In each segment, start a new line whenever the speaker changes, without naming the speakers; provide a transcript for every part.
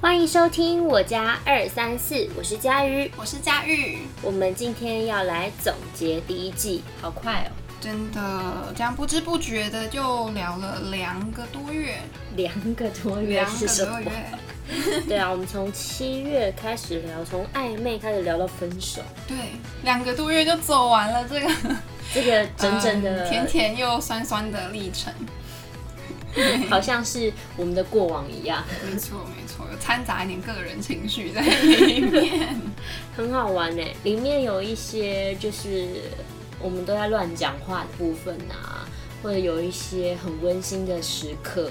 欢迎收听我家二三四，我是佳瑜。
我是佳玉，
我们今天要来总结第一季，好快哦，
真的这样不知不觉的就聊了两个多月，
两个多月
两个
是什
多
么？
月，
对啊，我们从七月开始聊，从暧昧开始聊到分手，
对，两个多月就走完了 这个
这个整整的、
嗯甜甜又酸酸的历程。
好像是我们的过往一样，
没错，没错，有掺杂一点个人情绪在里 面。
很好玩呢。里面有一些就是我们都在乱讲话的部分啊，或者有一些很温馨的时刻，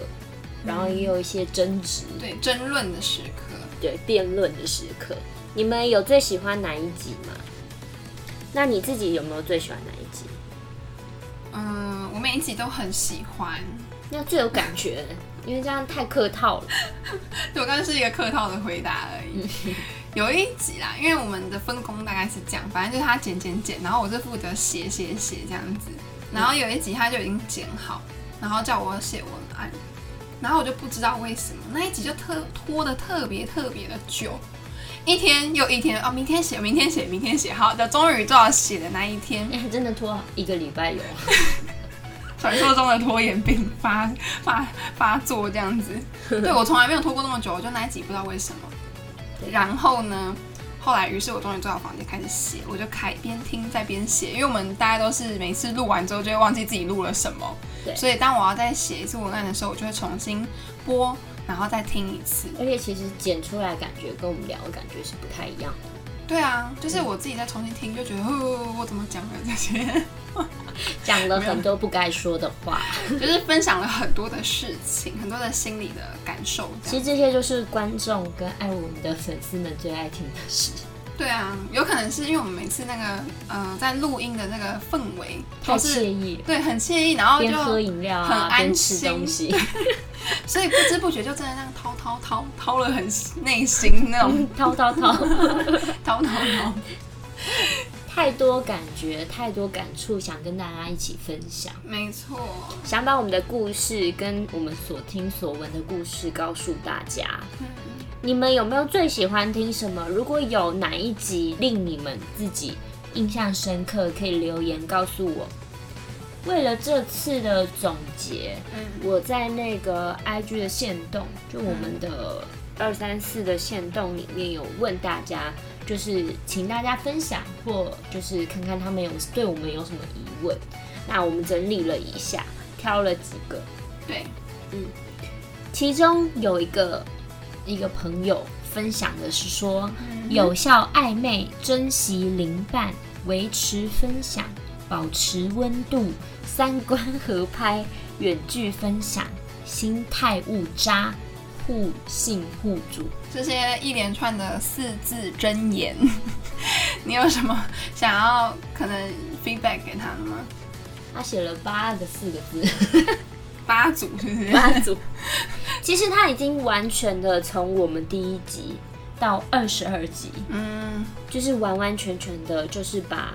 然后也有一些争执，
对，争论的时刻，
对辩论的时刻。你们有最喜欢哪一集吗？那你自己有没有最喜欢哪一集？
嗯，我每一集都很喜欢。
那最有感觉，因为这样太客套了。
对我刚刚是一个客套的回答而已。 有一集啦，因为我们的分工大概是这样，反正就是他剪剪剪，然后我是负责写写写这样子。然后有一集他就已经剪好，然后叫我写文案，然后我就不知道为什么那一集就特拖的特别特别的久，一天又一天哦，明天写，明天写，明天写，好的，终于做到写的那一天，
哎、真的拖一个礼拜有，啊
传说中的拖延病发 发发作这样子。对我从来没有拖过那么久，我就那一集不知道为什么。然后呢，后来于是我终于坐到房间开始写，我就开边听再边写，因为我们大家都是每次录完之后就会忘记自己录了什么
对，
所以当我要再写一次文案的时候，我就会重新播，然后再听一次。
而且其实剪出来感觉跟我们聊的感觉是不太一样 的。
对啊，就是我自己再重新听，就觉得哦，我怎么讲了这些。
讲了很多不该说的话，
就是分享了很多的事情，很多的心理的感受。这
其
样
实这些就是观众跟爱我们的粉丝们最爱听的 事，
对啊，有可能是因为我们每次那个呃在录音的那个氛围
太
都
惬
是
意了。
对很惬意，然后
边喝
就
饮料
很
啊，
安
边吃东西，
所以不知不觉就真的这样掏掏掏掏了很内心 那种
掏掏掏，
掏掏 掏。
太多感觉，太多感触，想跟大家一起分享。
没错，
想把我们的故事跟我们所听所闻的故事告诉大家。
嗯
你们有没有最喜欢听什么？如果有哪一集令你们自己印象深刻，可以留言告诉我。为了这次的总结，
嗯，
我在那个 IG 的线动，就我们的二三四的线动里面有问大家，就是请大家分享或就是看看他们有对我们有什么疑问。那我们整理了一下，挑了几个，
对，
其中有一个一个朋友分享的是说，
嗯
有效暧昧，珍惜邻伴，维持分享，保持温度，三观合拍，远距分享，心态勿渣，互信互助。
这些一连串的四字真言， 你有什么想要可能 feedback 给他的吗？
他写了八个四个字，
八组是不是？
八组。 其实他已经完全的从我们第一集到二十二集，
嗯，
就是完完全全的，就是把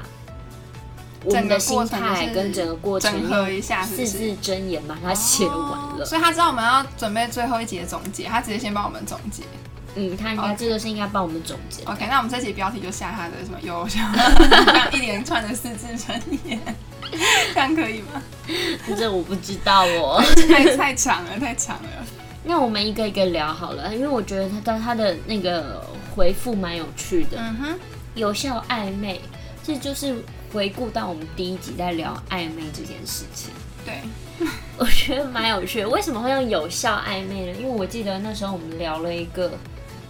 我
整
们
个
的
过
心
程
态
就是
跟整个过程
整合一下是不
四
是哦
字真言把它写完了。
所以他知道我们要准备最后一集的总结，他直接先帮我们总结。
嗯，他应该这就是应该帮我们总结。
OK，那我们这期标题就下他的什么有效， 这样一连串的四字成言，这样可以吗？
这我不知道哦。
太太长了，太长了。
那我们一个一个聊好了，因为我觉得他的他的那个回复蛮有趣的。
嗯哼，
有效暧昧，这就是回顾到我们第一集在聊暧昧这件事情。
对，
我觉得蛮有趣的，为什么会用有效暧昧呢？因为我记得那时候我们聊了一个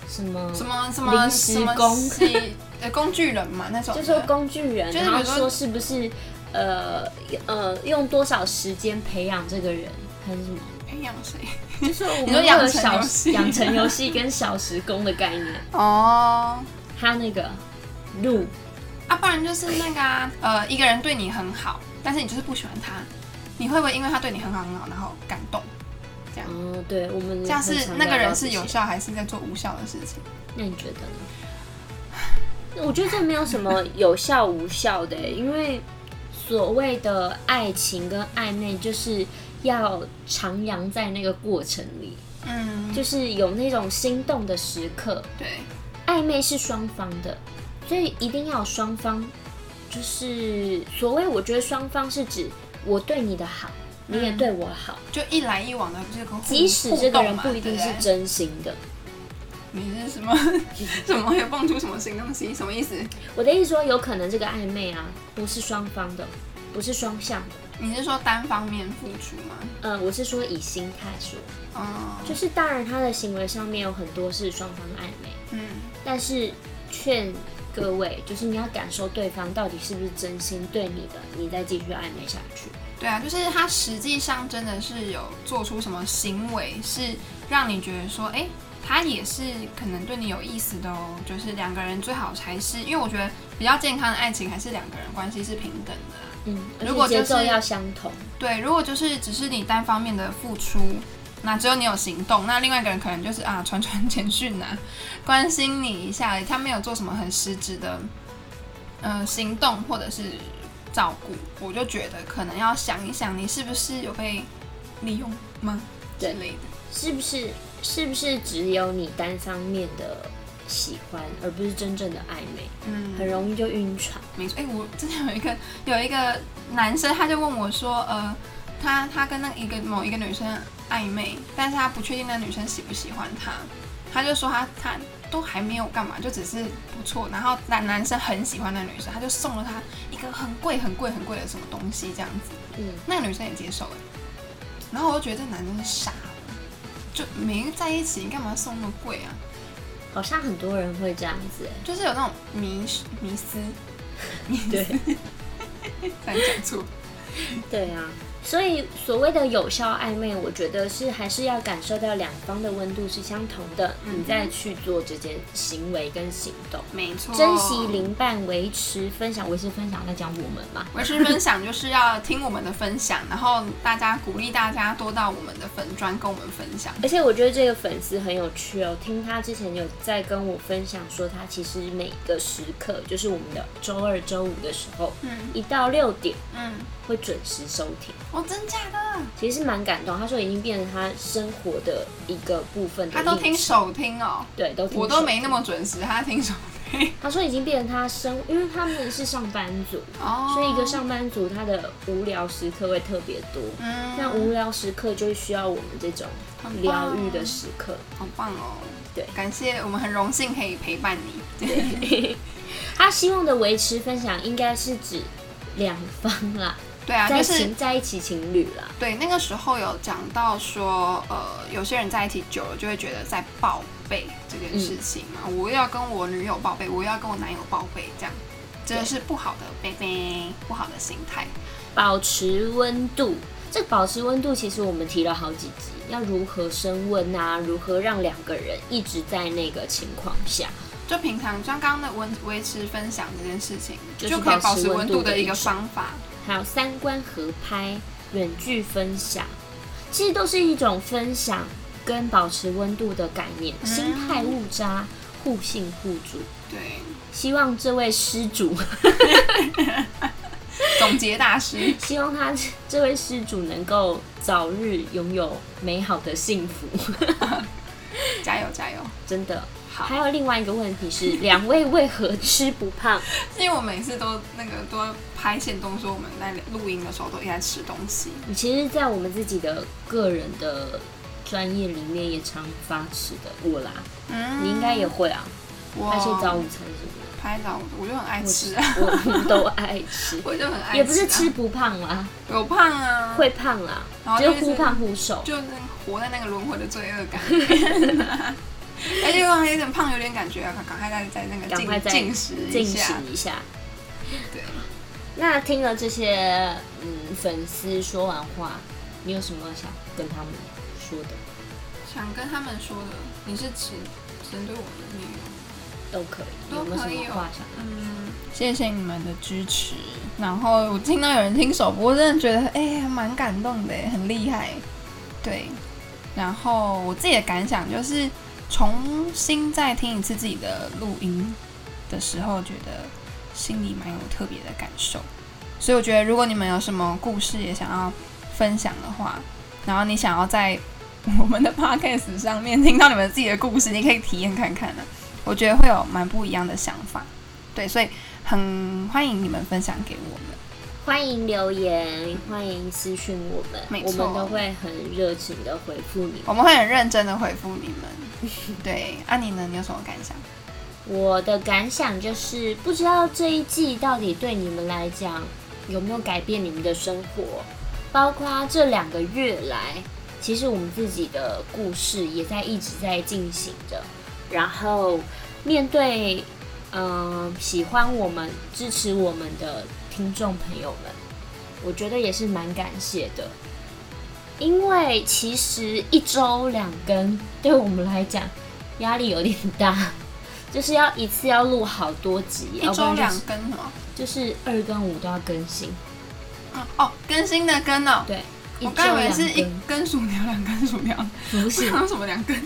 什么
什么什么
临时
什么
工
系呃工具人嘛那种的，
就说工具人，
就是
然后
比如说
说是不是呃呃用多少时间培养这个人，还是什么？
培养谁？
就是我
你说
们
养
会有
成
小
游戏
养成游戏跟小时工的概念，
哦。
他那个路
啊，不然就是那个、啊、呃，一个人对你很好，但是你就是不喜欢他，你会不会因为他对你很好很好，然后感动？
哦，对我们
这样
很
是
常
那个
聊
人
到这
是有
些，
效还是在做无效的事情？
那你觉得呢？ 我觉得这没有什么有效无效的，欸因为所谓的爱情跟暧昧，就是要徜徉在那个过程里。
嗯，
就是有那种心动的时刻。
对，
暧昧是双方的，所以一定要有双方，就是所谓我觉得双方是指我对你的好，你
嗯
也对我好，
就一来一往的这个互
即使这个人不一定是，
互动嘛
真心的。
对不对你是什么 怎么会蹦出什么新东西？什么意思？
我的意思说，有可能这个暧昧啊，不是双方的，不是双向的。
你是说单方面付出吗？
嗯、我是说以心态说，
哦，
就是当然他的行为上面有很多是双方暧昧，
嗯，
但是劝各位，就是你要感受对方到底是不是真心对你的，你再继续暧昧下去。
对啊，就是他实际上真的是有做出什么行为，是让你觉得说，哎、他也是可能对你有意思的哦。就是两个人最好才是，因为我觉得比较健康的爱情还是两个人关系是平等的啊啦。
嗯，而
如果
且节
就
奏
是
要相同。
对，如果就是只是你单方面的付出，那只有你有行动，那另外一个人可能就是啊传传简讯呐、关心你一下而已，他没有做什么很实质的，呃，行动或者是照顾，我就觉得可能要想一想，你是不是有被利用吗之
对
类的。
是不是是不是只有你单方面的喜欢，而不是真正的暧昧，
嗯，
很容易就晕船。
没错。哎、我之前有一个有一个男生，他就问我说，呃，他他跟那一个某一个女生暧昧，但是他不确定那女生喜不喜欢他，他就说他他都还没有干嘛，就只是不错。然后男男生很喜欢那女生，他就送了她一个很贵很贵很贵的什么东西这样子，
嗯，
那个女生也接受了。然后我就觉得这男生傻了，就没在一起，你干嘛送那么贵啊？
好像很多人会这样子、 欸。
就是有那种迷失迷思，迷思，
对
差点讲错。
对啊，所以所谓的有效暧昧，我觉得是还是要感受到两方的温度是相同的，
嗯
你再去做这件行为跟行动。
没错，
珍惜邻伴，维持分享，维持分享在讲我们嘛。
维持分享就是要听我们的分享，然后大家鼓励大家多到我们的粉砖跟我们分享。
而且我觉得这个粉丝很有趣哦，听他之前有在跟我分享说，他其实每个时刻，就是我们的周二、周五的时候，
嗯
一到六点
嗯，
会准时收听，
哦，真假的，
其实是蛮感动。他说已经变成他生活的一个部分的
他
历程，
都听首听哦，
对，都听
我都
手
没那么准时，他听首听
他说已经变成他生，因为他们是上班族，
哦，
所以一个上班族他的无聊时刻会特别多。
嗯，
那无聊时刻就需要我们这种
很棒
疗愈的时刻。
好棒哦，
对
感谢我们很荣幸可以陪伴你，对
他希望的维持分享应该是指两方啦，
对啊，
在
就
一
是
起在一起情侣啦，
对，那个时候有讲到说，呃，有些人在一起久了就会觉得在报备这
嗯
件事情嘛，我又要跟我女友报备，我又要跟我男友报备，这样真的是不好的贝贝，不好的心态。
保持温度。这个保持温度，其实我们提了好几集，要如何升温啊，如何让两个人一直在那个情况下。
就平常像刚刚的维维持分享这件事情，
就
就是可以
保
保
持
持
温
温
度
度
的
的
一
一个
种
方法。
还有三观合拍、远距分享，其实都是一种分享跟保持温度的概念，
嗯
心态勿渣，互信互助。
对，
希望这位施主，，
总结大师
希望他这位施主能够早日拥有美好的幸 福，
加油加油！
真的。
好
还有另外一个问题是， 两位为何吃不 胖？
因为我每次都那个都拍线动说我们在录音的时候都一直在吃东西，
其实，在我们自己的个人的专业里面，也常发吃的。我啦，
嗯
你应该也会啊，
我
那些早午餐什么的。
嗯拍照，我就很爱吃啊。
我都爱吃
，我就很爱、啊，
也不是吃不胖啦，
有胖啊，
会胖啦，
然后
就
就是
忽胖忽瘦。
就是活在那个轮回的罪恶感， 而且我还有点胖，有点感觉啊，赶快再在那个
赶快再
进进食一
进
下
食，一下。
对，
那听了这些嗯粉丝说完话，你有什么想跟他们说的？
想跟他们说的，你是指针对我的内容。
都可以，
都
有没有什
可
么
以哦
话想？
嗯，谢谢你们的支持。然后我听到有人听首播，真的觉得哎，还蛮、感动的，很厉害。对，然后我自己的感想就是，重新再听一次自己的录音的时候，觉得心里蛮有特别的感受。所以我觉得，如果你们有什么故事也想要分享的话，然后你想要再我们的 podcast 上面听到你们自己的故事，你可以体验看看呢、我觉得会有蛮不一样的想法。对，所以很欢迎你们分享给我们。
欢迎留言，欢迎私讯我
没
们，
错
我们都会很热情的回复你。
我们会很认真的回复你们。对，啊，你呢？你有什么感想？
我的感想就是，不知道这一季到底对你们来讲有没有改变你们的生活，包括这两个月来，其实我们自己的故事也在一直在进行着。然后面对嗯、呃喜欢我们、支持我们的听众朋友们，我觉得也是蛮感谢的。因为其实一周两更对我们来讲压力有点大， 就是要一次要录好多集，
一
要不
周
然
两
就是
更什么？
就是二跟五都要更新。
嗯哦，更新的更哦。
对，一
我
周
刚以为
两
是一
更，
根薯条，两根薯条，
不是
还有什么两根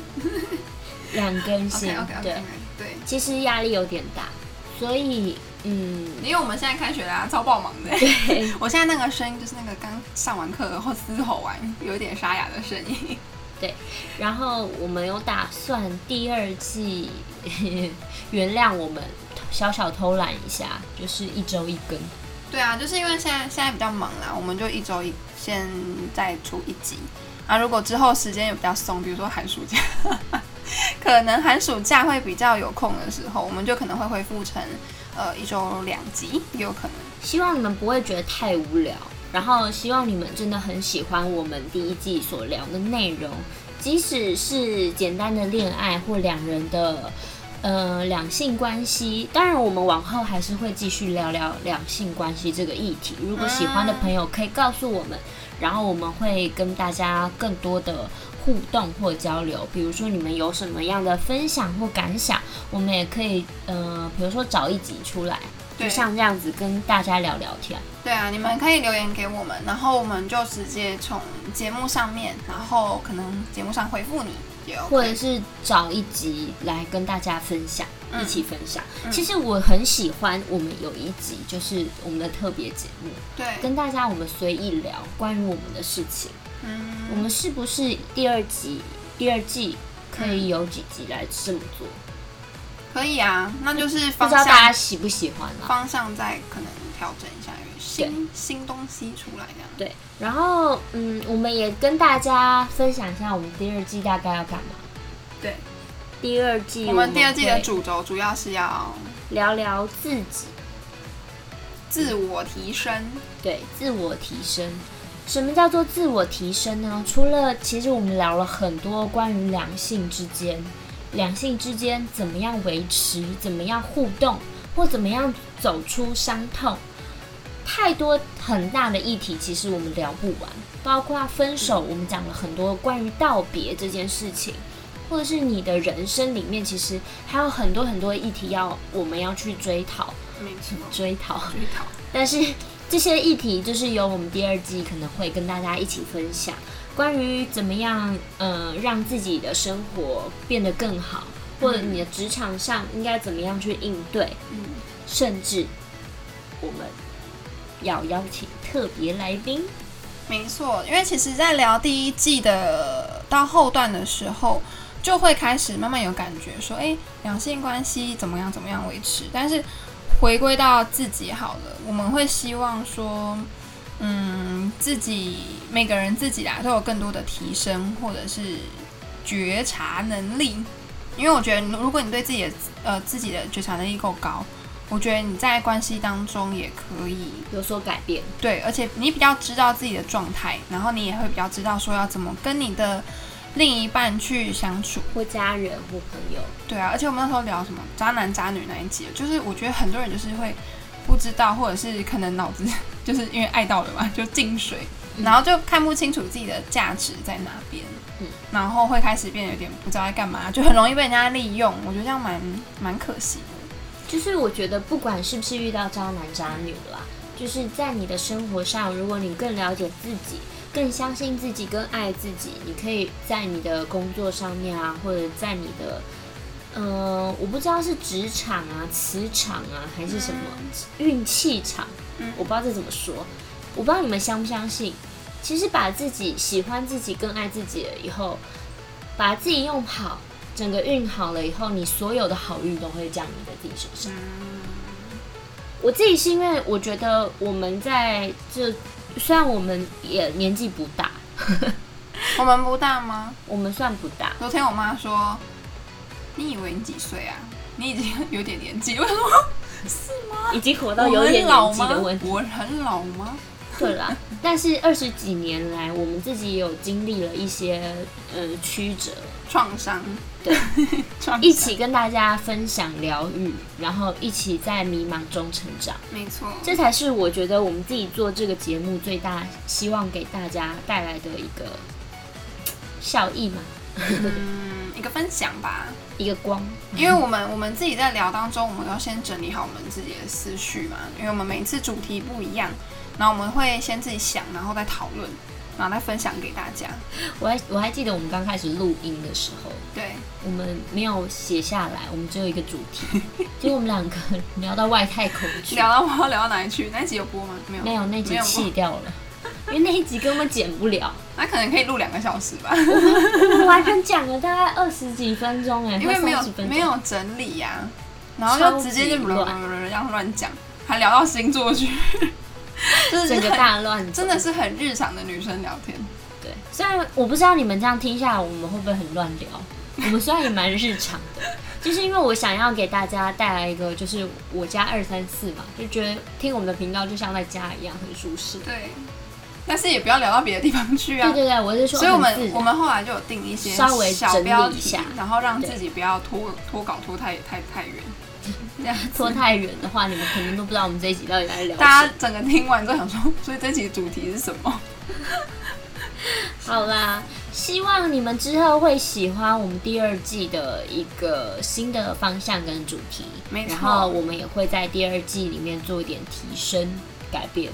两更新
？OK OK
对
OK，，对，
其实压力有点大，所以嗯，
因为我们现在开学啦、超爆忙的。
对，
我现在那个声音就是那个刚上完课然后嘶吼完，有一点沙哑的声音。
然后我们有打算第二季， 原谅我们小小偷懒一下，就是一周一更。
对啊，就是因为现在现在比较忙啦，我们就一周一先再出一集。啊，如果之后时间也比较松，比如说寒暑假， 可能寒暑假会比较有空的时候，我们就可能会恢复成呃一周两集，也有可能。
希望你们不会觉得太无聊，然后希望你们真的很喜欢我们第一季所聊的内容，即使是简单的恋爱或两人的呃两性关系，当然我们往后还是会继续聊聊两性关系这个议题。如果喜欢的朋友可以告诉我们，然后我们会跟大家更多的。互动或交流，比如说你们有什么样的分享或感想，我们也可以，呃，比如说找一集出来，就
对
像这样子跟大家聊聊天。
对啊，你们可以留言给我们，然后我们就直接从节目上面，然后可能节目上回复你也有
或者是找一集来跟大家分享，
嗯
一起分享。其实我很喜欢我们有一集就是我们的特别节目，
对，
跟大家我们随意聊关于我们的事情。我
嗯，
们是不是第二集、第二季可
嗯
以有几集来这么做？
可以啊，那就是
不
方
知道大
向
家喜不喜欢啦。
方向再可能调整一下，有新新东西出来这样。
对，然后嗯，我们也跟大家分享一下我们第二季大概要干嘛。
对，
第二季
我们第二季的
会
主轴主要是要
聊聊自己
自我提升，
对，自我提升。什么叫做自我提升呢？除了其实我们聊了很多关于两性之间，两性之间怎么样维持，怎么样互动，或怎么样走出伤痛，太多很大的议题，其实我们聊不完。包括分手，我们讲了很多关于道别这件事情，或者是你的人生里面，其实还有很多很多议题要我们要去追讨，
没错，
追讨。
追讨。
但是这些议题就是由我们第二季可能会跟大家一起分享，关于怎么样呃让自己的生活变得更好，或者你的职场上应该怎么样去应对，
嗯，
甚至我们要邀请特别来宾，
没错，因为其实，在聊第一季的到后段的时候，就会开始慢慢有感觉说，哎，两性关系怎么样怎么样维持？但是回归到自己好了，我们会希望说，嗯，自己每个人自己啦都有更多的提升，或者是觉察能力。因为我觉得，如果你对自己的呃自己的觉察能力够高，我觉得你在关系当中也可以
有所改变。
对，而且你比较知道自己的状态，然后你也会比较知道说要怎么跟你的另一半去相处。
或家人或朋友，
对啊，而且我们那时候聊什么渣男渣女那一集，就是我觉得很多人就是会不知道，或者是可能脑子 就是因为爱到了嘛，就进水，
嗯
然后就看不清楚自己的价值在哪边，
嗯
然后会开始变得有点不知道在干嘛，就很容易被人家利用。我觉得这样蛮蛮可惜的。
就是我觉得不管是不是遇到渣男渣女啦，就是在你的生活上，如果你更了解自己，更相信自己，更爱自己，你可以在你的工作上面啊，或者在你的，呃，我不知道是职场啊、磁场啊，还是什么运气场，
嗯
我不知道这怎么说，我不知道你们相不相信，其实把自己喜欢自己、更爱自己了以后，把自己用好，整个运好了以后，你所有的好运都会降临在自己身上。
嗯
我自己是因为我觉得我们在这，虽然我们也年纪不大，
我们不大吗？
我们算不大，
昨天我妈说：“你以为你几岁啊？你已经有点年纪。”我说：“是吗？
已经活
我
到有
很
点
老
年纪
吗
的问？题。
啊我很老吗？
对啦，但是二十几年来，我们自己也有经历了一些呃曲折，
创伤，
对，
创伤
一起跟大家分享疗愈，然后一起在迷茫中成长，
没错，
这才是我觉得我们自己做这个节目最大希望给大家带来的一个嘖效益嘛，
嗯，一个分享吧。
一个光。
因为我们我们自己在聊当中，我们要先整理好我们自己的思绪嘛，因为我们每次主题不一样，然后我们会先自己想，然后再讨论，然后再分享给大家。
我还我还记得我们刚开始录音的时候，
对，
我们没有写下来，我们只有一个主 题，结果我们两个聊到外太空去，
聊到不知道聊到哪里去，那一集有播吗？没有，
没有那
没
集
有
弃掉了，因为那一集根本剪不 了。
那可能可以录两个小时吧，
我还跟讲了大概二十几分钟哎，
因为没有
快30分钟
没有整理呀、然后就直接就
超级
乱这样乱讲，还聊到星座 去，就是
整个
很
大乱，
真的。是很日常的女生聊天，
对，虽然我不知道你们这样听下来，我们会不会很乱 聊？我们虽然也蛮日常的，就是因为我想要给大家带来一个，就是我家二三四嘛，就觉得听我们的频道就像在家一样，很舒适。
对，但是也不要聊到别的地方去啊
对。对对，我是说
所以我
很自然，
们我们后来就有定一些
稍微
小
整
标
理
题
一下
然后让
对
自己不要拖拖稿拖太太太 远，这样子
拖太远的话，你们可能都不知道我们这一集到底在聊什么。
大家整个听完之后想说， 所以这期主题是什么？
好啦，希望你们之后会喜欢我们第二季的一个新的方向跟主题，
没错
然后我们也会在第二季里面做一点提升、改变。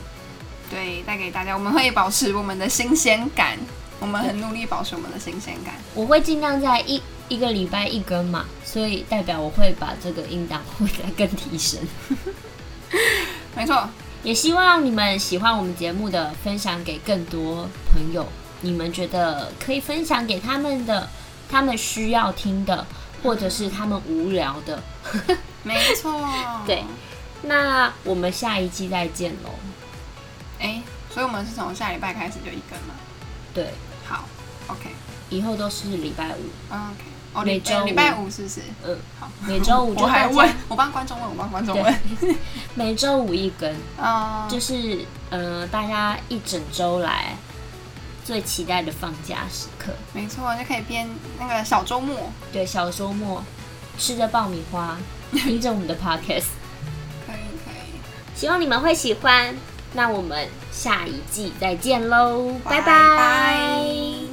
对，带给大家，我们会保持我们的新鲜感，我们很努力保持我们的新鲜感。
我会尽量在一一个礼拜一更嘛，所以代表我会把这个音档会再更提升。
没错，
也希望你们喜欢我们节目的，分享给更多朋友。你们觉得可以分享给他们的，他们需要听的，或者是他们无聊的，，
没错
对。那我们下一季再见喽。
哎、所以我们是从下礼拜开始就一根嘛。
对，
好，OK，OK，、
以后都是礼拜五，
o k 哦，
每
礼
周
拜礼拜五是不是？
嗯，
好，
每周五就
我还
大家
问，我帮观众问，我帮观众问，
每周五一根，
嗯，
就是呃，大家一整周来最期待的放假时刻。
没错，就可以编那个小周末，
对，小周末吃着爆米花，听着我们的 podcast，
可以可以，
希望你们会喜欢。那我们下一季再见喽，拜
拜拜